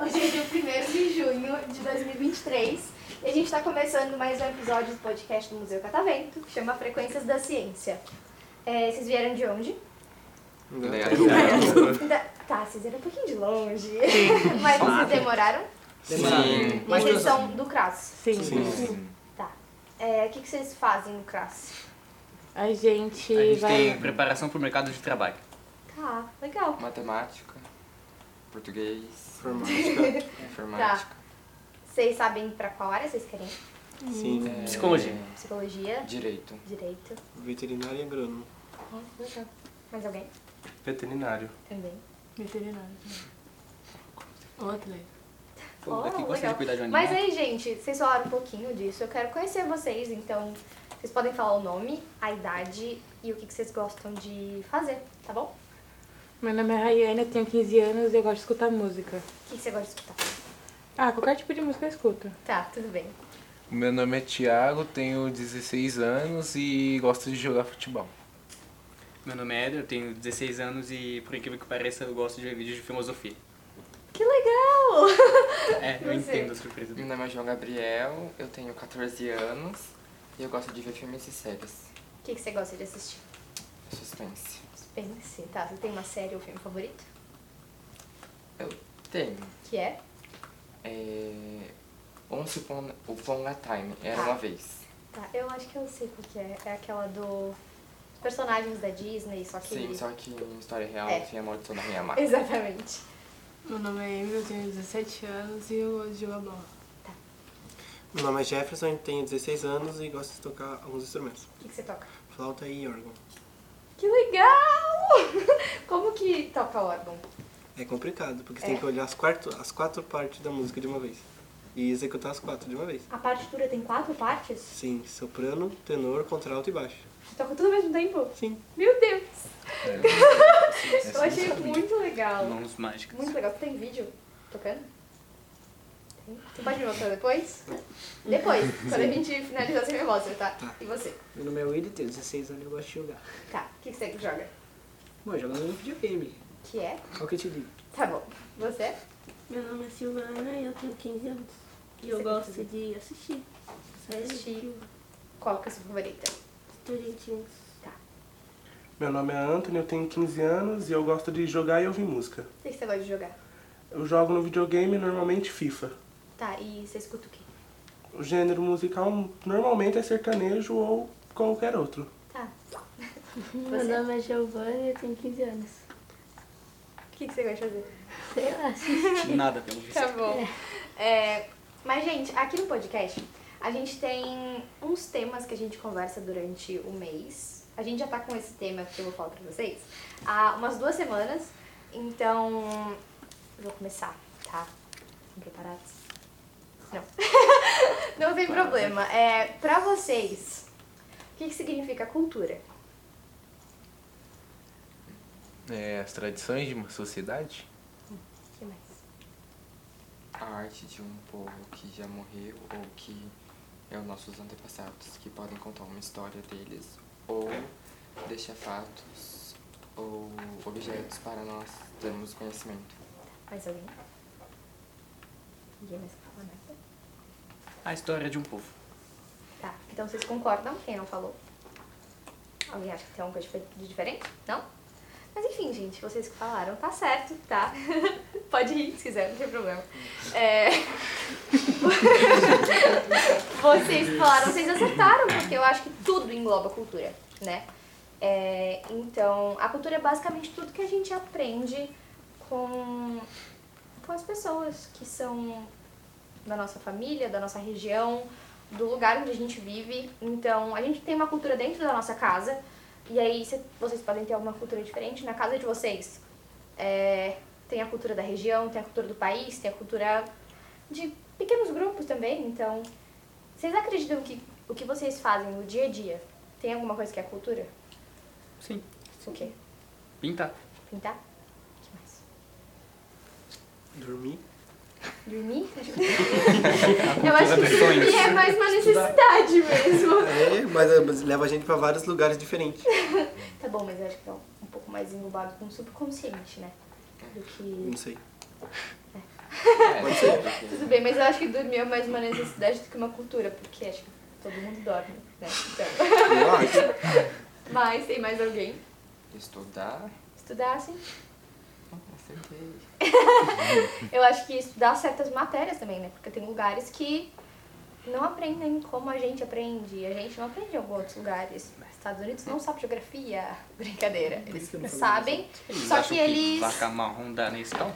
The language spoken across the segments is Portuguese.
Hoje é dia 1 de junho de 2023 e a gente está começando mais um episódio do podcast do Museu Catavento, que chama Frequências da Ciência. É, vocês vieram de onde? Da- Tá, vocês eram um pouquinho de longe, mas vocês demoraram? Sim. e vocês são do CRAS. Sim. Tá. É, O que, que vocês fazem no CRAS? A gente, A gente vai. tem preparação para o mercado de trabalho. Tá, legal. Matemática, português, Informática. informática, Vocês sabem pra qual área vocês querem? Sim. é, Psicologia. Psicologia, direito, direito, Veterinário e agrônomo. mais alguém? Veterinário. Também. Veterinário. Outra. Pô, Oh, pra quem gosta legal. de cuidar de um Mas animal. aí, gente, vocês falaram um pouquinho disso. Eu quero conhecer vocês, então vocês podem falar o nome, a idade e o que que vocês gostam de fazer, tá bom? Meu nome é Rayane, eu tenho 15 anos e eu gosto de escutar música. O que que você gosta de escutar? Ah, qualquer tipo de música eu escuto. Tá, tudo bem. Meu nome é Thiago, tenho 16 anos e gosto de jogar futebol. Meu nome é Eder, eu tenho 16 anos e, por incrível que pareça, eu gosto de ver vídeos de filosofia. Que legal! É, eu Você? Hum. entendo a surpresa. Meu nome é João Gabriel, eu tenho 14 anos e eu gosto de ver filmes e séries. O que que você gosta de assistir? Suspense. Pense, tá. Você tem uma série ou filme favorito? Eu tenho. Que é? É, Once Upon, Upon a Time, era uma vez. Tá, eu acho que eu sei qual que é. É aquela do dos personagens da Disney, só que. Sim, só que em história real, É. tinha a maldição da minha mãe. Exatamente. Meu nome é Emily, eu tenho 17 anos e eu gosto de jogar bola. Meu nome é Jefferson, tenho 16 anos e gosto de tocar alguns instrumentos. O que que você toca? Flauta e órgão. Que legal! Como que toca órgão? É complicado, porque você É. tem que olhar as, quarto, as quatro partes da música de uma vez. E executar as quatro de uma vez. A partitura tem quatro partes? Sim, soprano, tenor, contralto e baixo. Você toca tudo ao mesmo tempo? Sim. Meu Deus! Essa Eu eu achei sabia. muito legal. Mãos mágicas. Muito legal. Você tem vídeo tocando? Tem? Você pode me mostrar depois? Depois, quando a gente finalizar, você me mostra, tá? Tá. E você? Meu nome é Willy, tenho 16 anos e eu gosto de jogar. Tá, o que que você joga? Bom, jogando no videogame, Que é? Rocket League. Tá bom. Você? Meu nome é Silvana e eu tenho 15 anos. E eu Você gosto gosta de assistir. Assistir. Sério? Qual que é a sua favorita? Estudantinhos. Meu nome é Anthony, eu tenho 15 anos e eu gosto de jogar e ouvir música. O que que você gosta de jogar? Eu jogo no videogame, normalmente FIFA. Tá, e você escuta o quê? O gênero musical normalmente é sertanejo ou qualquer outro. Tá. Meu Você? nome é Giovanna e eu tenho 15 anos. O que que você gosta de fazer? Sei lá, assistir. Nada, pelo visto. Tá bom. É, mas, gente, aqui no podcast, a gente tem uns temas que a gente conversa durante o mês. A gente já tá com esse tema que eu vou falar pra vocês há umas duas semanas. Então, eu vou começar, tá? Estão preparados? Não. Não tem problema. É, pra vocês, o que, que significa cultura? É, as tradições de uma sociedade? O que mais? A arte de um povo que já morreu ou que é os nossos antepassados, que podem contar uma história deles ou deixar fatos ou objetos para nós termos conhecimento. Mais alguém? Ninguém mais fala nada? A história de um povo. Tá, então vocês concordam? Quem não falou? Alguém acha que tem alguma coisa de diferente? Não? Mas enfim, gente, vocês que falaram, tá certo, tá? Pode rir se quiser, não tem problema. É... vocês que falaram, vocês acertaram, porque eu acho que tudo engloba cultura, né? É, então, a cultura é basicamente tudo que a gente aprende com, com as pessoas que são da nossa família, da nossa região, do lugar onde a gente vive. Então, a gente tem uma cultura dentro da nossa casa. E aí, cê- vocês podem ter alguma cultura diferente. Na casa de vocês, é, tem a cultura da região, tem a cultura do país, tem a cultura de pequenos grupos também. Então, vocês acreditam que o que vocês fazem no dia a dia tem alguma coisa que é cultura? Sim. O quê? Pintar. Pintar? O que mais? Dormir. Dormir? Eu acho que dormir é mais uma necessidade mesmo. É, mas, é, mas leva a gente pra vários lugares diferentes. Tá bom, mas eu acho que tá um pouco mais englobado com o subconsciente, né? Do que. Não sei. É, Pode Tudo bem, mas eu acho que dormir é mais uma necessidade do que uma cultura, porque acho que todo mundo dorme, né? Então. Eu acho. Mas tem mais alguém? Estudar? Estudar, assim. Ah, Acertei. Eu acho que estudar certas matérias também, né? Porque tem lugares que não aprendem como a gente aprende. A gente não aprende em alguns outros lugares. Os Estados Unidos não sabe geografia. Brincadeira. Eles sabem, Eles só acham que eles. Vaca marrom dá nesse tal.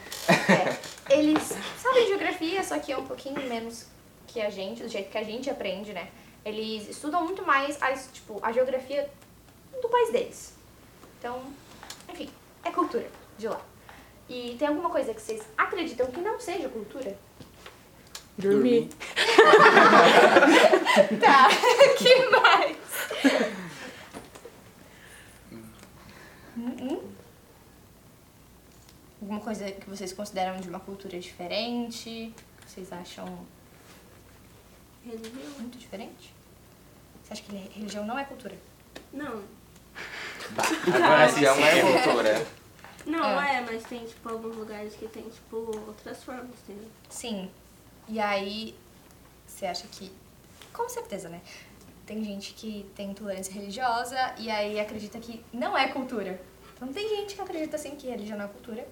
É, eles sabem geografia, só que é um pouquinho menos que a gente, do jeito que a gente aprende, né? Eles estudam muito mais a, tipo, a geografia do país deles. Então, enfim, é cultura de lá. E tem alguma coisa que vocês acreditam que não seja cultura? Dormir. Tá, que mais? Hum? Alguma coisa que vocês consideram de uma cultura diferente? Que vocês acham Religião? muito diferente? Você acha que re- religião não é cultura? Não. Agora sim, é uma cultura. Não, Ah. é. mas tem, tipo, alguns lugares que tem, tipo, outras formas, entendeu? Sim. E aí, você acha que. Com certeza, né? Tem gente que tem intolerância religiosa e aí acredita que não é cultura. Então tem gente que acredita assim que religião não é cultura.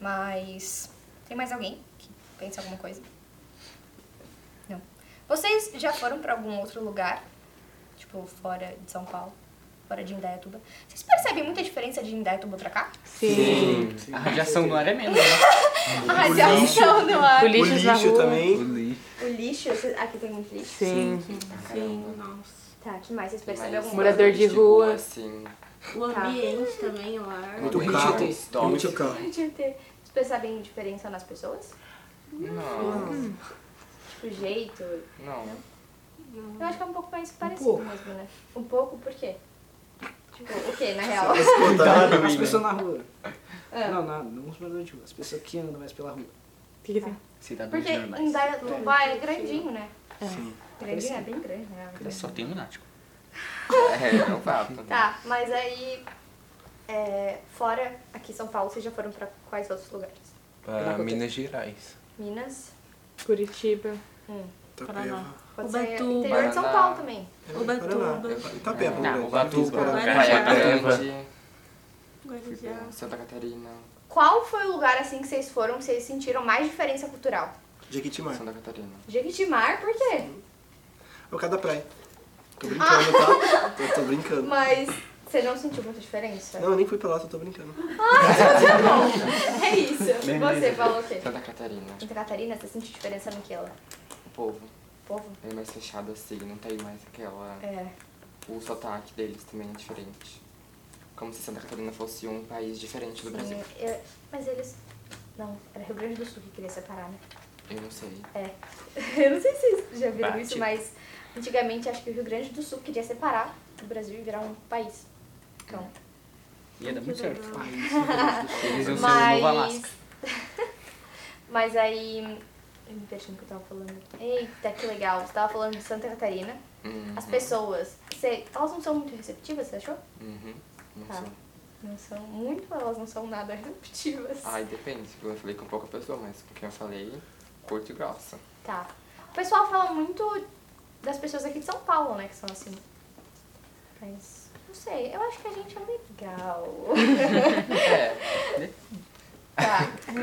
Mas. Tem mais alguém que pensa alguma coisa? Não. Vocês já foram pra algum outro lugar? Tipo, fora de São Paulo? Fora de Indaiatuba? Vocês percebem muita diferença de Indaiatuba pra cá? Sim. Ah, A radiação não era menos, né? A radiação não ar. O O lixo na lixo rua. também. Li. O lixo, aqui tem muito lixo. Sim. Caramba. Nossa. Tá, que mais? Vocês Mas percebem alguma coisa? Morador de rua. assim, O Tá. ambiente também, o ar. Muito Muito carro. bem. Tem muito carro. Podia ter. Vocês percebem diferença nas pessoas? não, Tipo, jeito. não. Eu acho que é um pouco mais parecido mesmo, né? Um pouco, por quê? Tipo, o quê, na real? As pessoas na rua. Ah. Não, não, não os moradores de rua. As pessoas que andam mais pela rua. O que que tem? Cidadãos Porque normais. Indaiatuba é grandinho, né? Sim. Grandinho é bem grande, né? Só tem um lunático. É, é um fato. Tá, mas aí. é, fora aqui em São Paulo, vocês já foram pra quais outros lugares? Pra Minas Gerais. Minas? Curitiba. Itapeva. Pode ser Ubatuba. interior de São Paraná. Paulo também. Paraná. Ubatuba, É, Itapeva. Não, né? Ubatuba. Tá Paraná. Praia Paraíba. Grande, fui pra Guarujá. Santa Catarina, Qual foi o lugar assim que vocês foram que vocês sentiram mais diferença cultural? Jequitimar. Santa Catarina. Jequitimar, por quê? Ah. É o cada praia. Tô brincando, tá? Tô, tô brincando. Mas você não sentiu muita diferença? Ah, então tá Não, eu nem fui pra lá, só tô brincando. É isso. Você falou o quê? Santa Catarina, tipo, Santa Catarina, você sentiu diferença no que ela? o povo Povo? é mais fechado assim, não tem mais aquela... É. O sotaque deles também é diferente. Como se Santa Catarina fosse um país diferente do Brasil. Sim, eu- mas eles. Não, era Rio Grande do Sul que queria separar, né? Eu não sei. Eu não sei se vocês já viram Bate. isso, mas antigamente acho que o Rio Grande do Sul queria separar o Brasil e virar um país. Então. Ia dar muito certo. Eles um iam ser o novo Alasca. Mas. Mas aí. Eu me perdi no que eu tava falando. Eita, que legal. Você tava falando de Santa Catarina. Uhum. As pessoas. Você, elas não são muito receptivas, você achou? Uhum. Não Tá. sei. Não são muito, elas não são nada receptivas. Ai, depende. Eu falei com pouca pessoa, mas com quem eu falei, curto e grossa. Tá. O pessoal fala muito das pessoas aqui de São Paulo, né? Que são assim. Mas. Não sei, eu acho que a gente é legal. É, tá.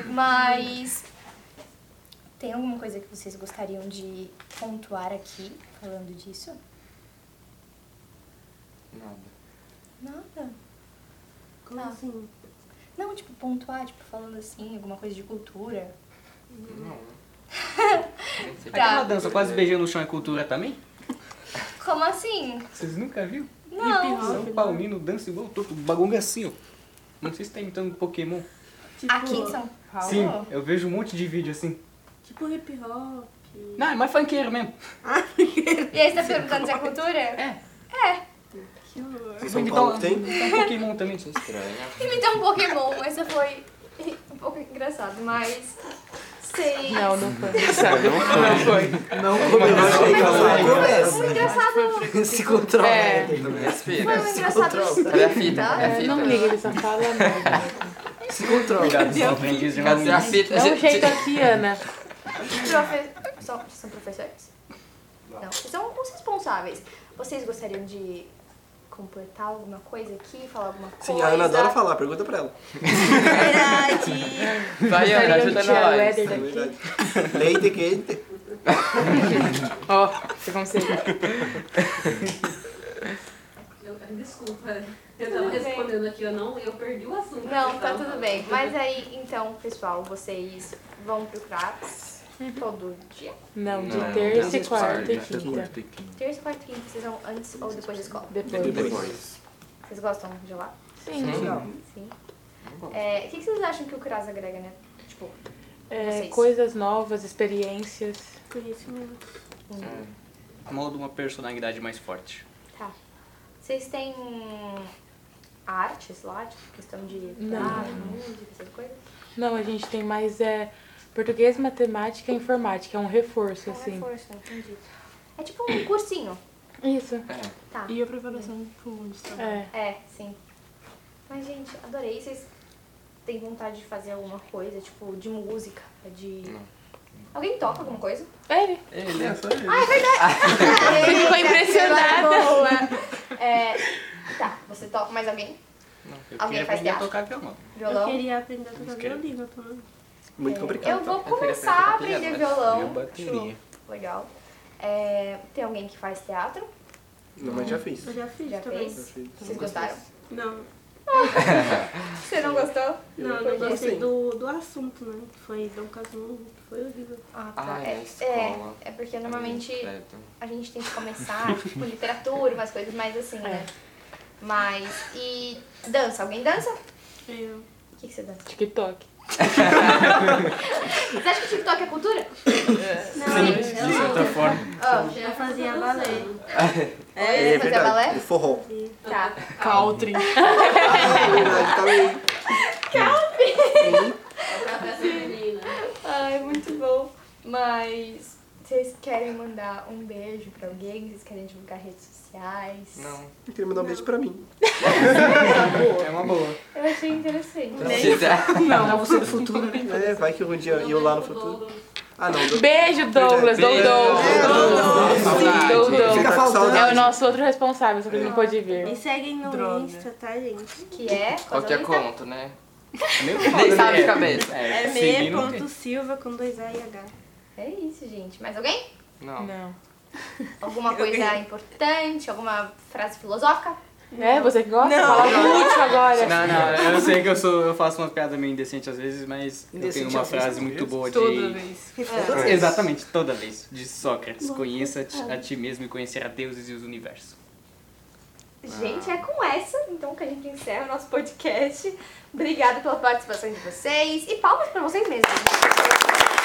Mas. Tem alguma coisa que vocês gostariam de pontuar aqui, falando disso? nada. Nada. Como Tá. assim? Não, tipo, pontuar, tipo, falando assim, alguma coisa de cultura. Não. Nem sei. Tá. Aquela dança quase beijando no chão é cultura também? Como assim? Vocês nunca viram? Não. São Paulino dança igual todo bagunga assim, ó. Não sei se tá imitando Pokémon. Tipo, Aqui então. em São Paulo? Sim, eu vejo um monte de vídeo assim. Tipo hip hop. Não, é mais funkeiro mesmo. E aí você tá perguntando se é cultura? É. Que horror. São Paulo tem? Tem um Pokémon também. Isso é estranho. Imitar um Pokémon, essa foi um pouco engraçado, mas. vocês. Não, não foi. Não foi. Não Mas começa. foi um engraçado. Se controla. É. Foi Respira. um engraçado Olha a fita, tá? é a É, fita. não liga, ele só fala merda. Se controla. Cuidado, só aprendi os Cadê a irmãos. assim, "Ah, fita? Dá um Gente, jeito aqui, Ana. Profe... São, são professores? Não. São os responsáveis. Vocês gostariam de completar alguma coisa aqui? Falar alguma coisa? Sim, a Ana adora falar, pergunta pra ela. Verdade. Vai, Ana, Gostariam de um ajuda tirar o nós. Éder É daqui. verdade. Leite é quente. Ó, você consegue. Desculpa, eu tava respondendo aqui ou não, eu perdi o assunto. Não, tá tudo bem. Mas aí, então, pessoal, vocês vão pro CRAPS todo dia? Não, de Não, terça e de quarta e quarta. quinta. Terça, quarta e quinta, vocês vão antes ou depois da escola? Depois. Depois. Vocês gostam de lá? Sim. Sim. Tá É, o que que vocês acham que o CRAS agrega, né? Tipo, É, Vocês. coisas novas, experiências. Conhecimento. Molda uma personalidade mais forte. tá. Vocês têm artes lá? Tipo, questão de Não. arte, música, essas coisas? Não, a gente tem mais é, português, matemática e informática. É um reforço, Não é assim. força, entendi. É tipo um cursinho. Isso. É, Tá. E a preparação pro mundo de trabalho. É. É, sim. Mas, gente, adorei. Vocês têm vontade de fazer alguma coisa, tipo, de música, de... Não. Alguém toca alguma coisa? Ele. Ele é Você ficou impressionada. Boa. É, tá, você toca mais alguém? Eu Alguém queria faz aprender a teatro? tocar violão. Eu Violão? queria aprender a tocar Escreve. violino também. Muito complicado. Eu vou queria começar aprender a a aprender piano, violão. Eu bateria. Show. Legal. É, tem alguém que faz teatro? Não, mas tá? já fiz. Eu já fiz Já também. fez? fiz. Vocês gostaram? Não, Você não gostou? não, não Porque gostei assim- do, do assunto, né? Que foi Dom Casmurro, que foi horrível. Ah, tá. Ah, é é, a escola. tá é, é porque normalmente Credo. a gente tem que começar, tipo, literatura, umas coisas mais assim, né? Mas, e dança? Alguém dança? Eu, O que, que você dança? TikTok. Você acha que o TikTok é cultura? é, De certa forma, Oh, eu fazia balé. é, fazer balé? O forró. Tá. Country. Na verdade, tá meio- Ai, muito bom. Mas vocês querem mandar um beijo pra alguém? Vocês querem divulgar redes sociais? Não. Eu queria mandar um beijo pra mim. é uma boa. Eu achei interessante. Se der, Pra você do futuro, né? É, vai que algum dia eu lá no futuro. Ah, não. do- Beijo, Douglas. Dou saudade. Dou Fica Dou. faltando. É o nosso outro responsável, só que ele não pôde vir. Me seguem no Droga. Insta, tá, gente? Que é? Qual que é Rosalita? conto, né? Meu Nem foda, sabe né? de cabeça. É seguir não tem. me.silva com dois A e H. É isso, gente. Mais alguém? Não. Não. Alguma coisa importante? Alguma frase filosófica? É, você que gosta? Fala muito agora. Não, É. não, eu sei que eu, sou, eu faço umas piadas meio indecentes às vezes, mas eu tenho Indecente é uma às vezes, frase às muito vezes. boa Toda de. vez. Exatamente, toda vez. De Sócrates. Conheça a ti mesmo e conhecerá deuses e os universos. Gente, é com essa, então, que a gente encerra o nosso podcast. Obrigada pela participação de vocês e palmas pra vocês mesmos.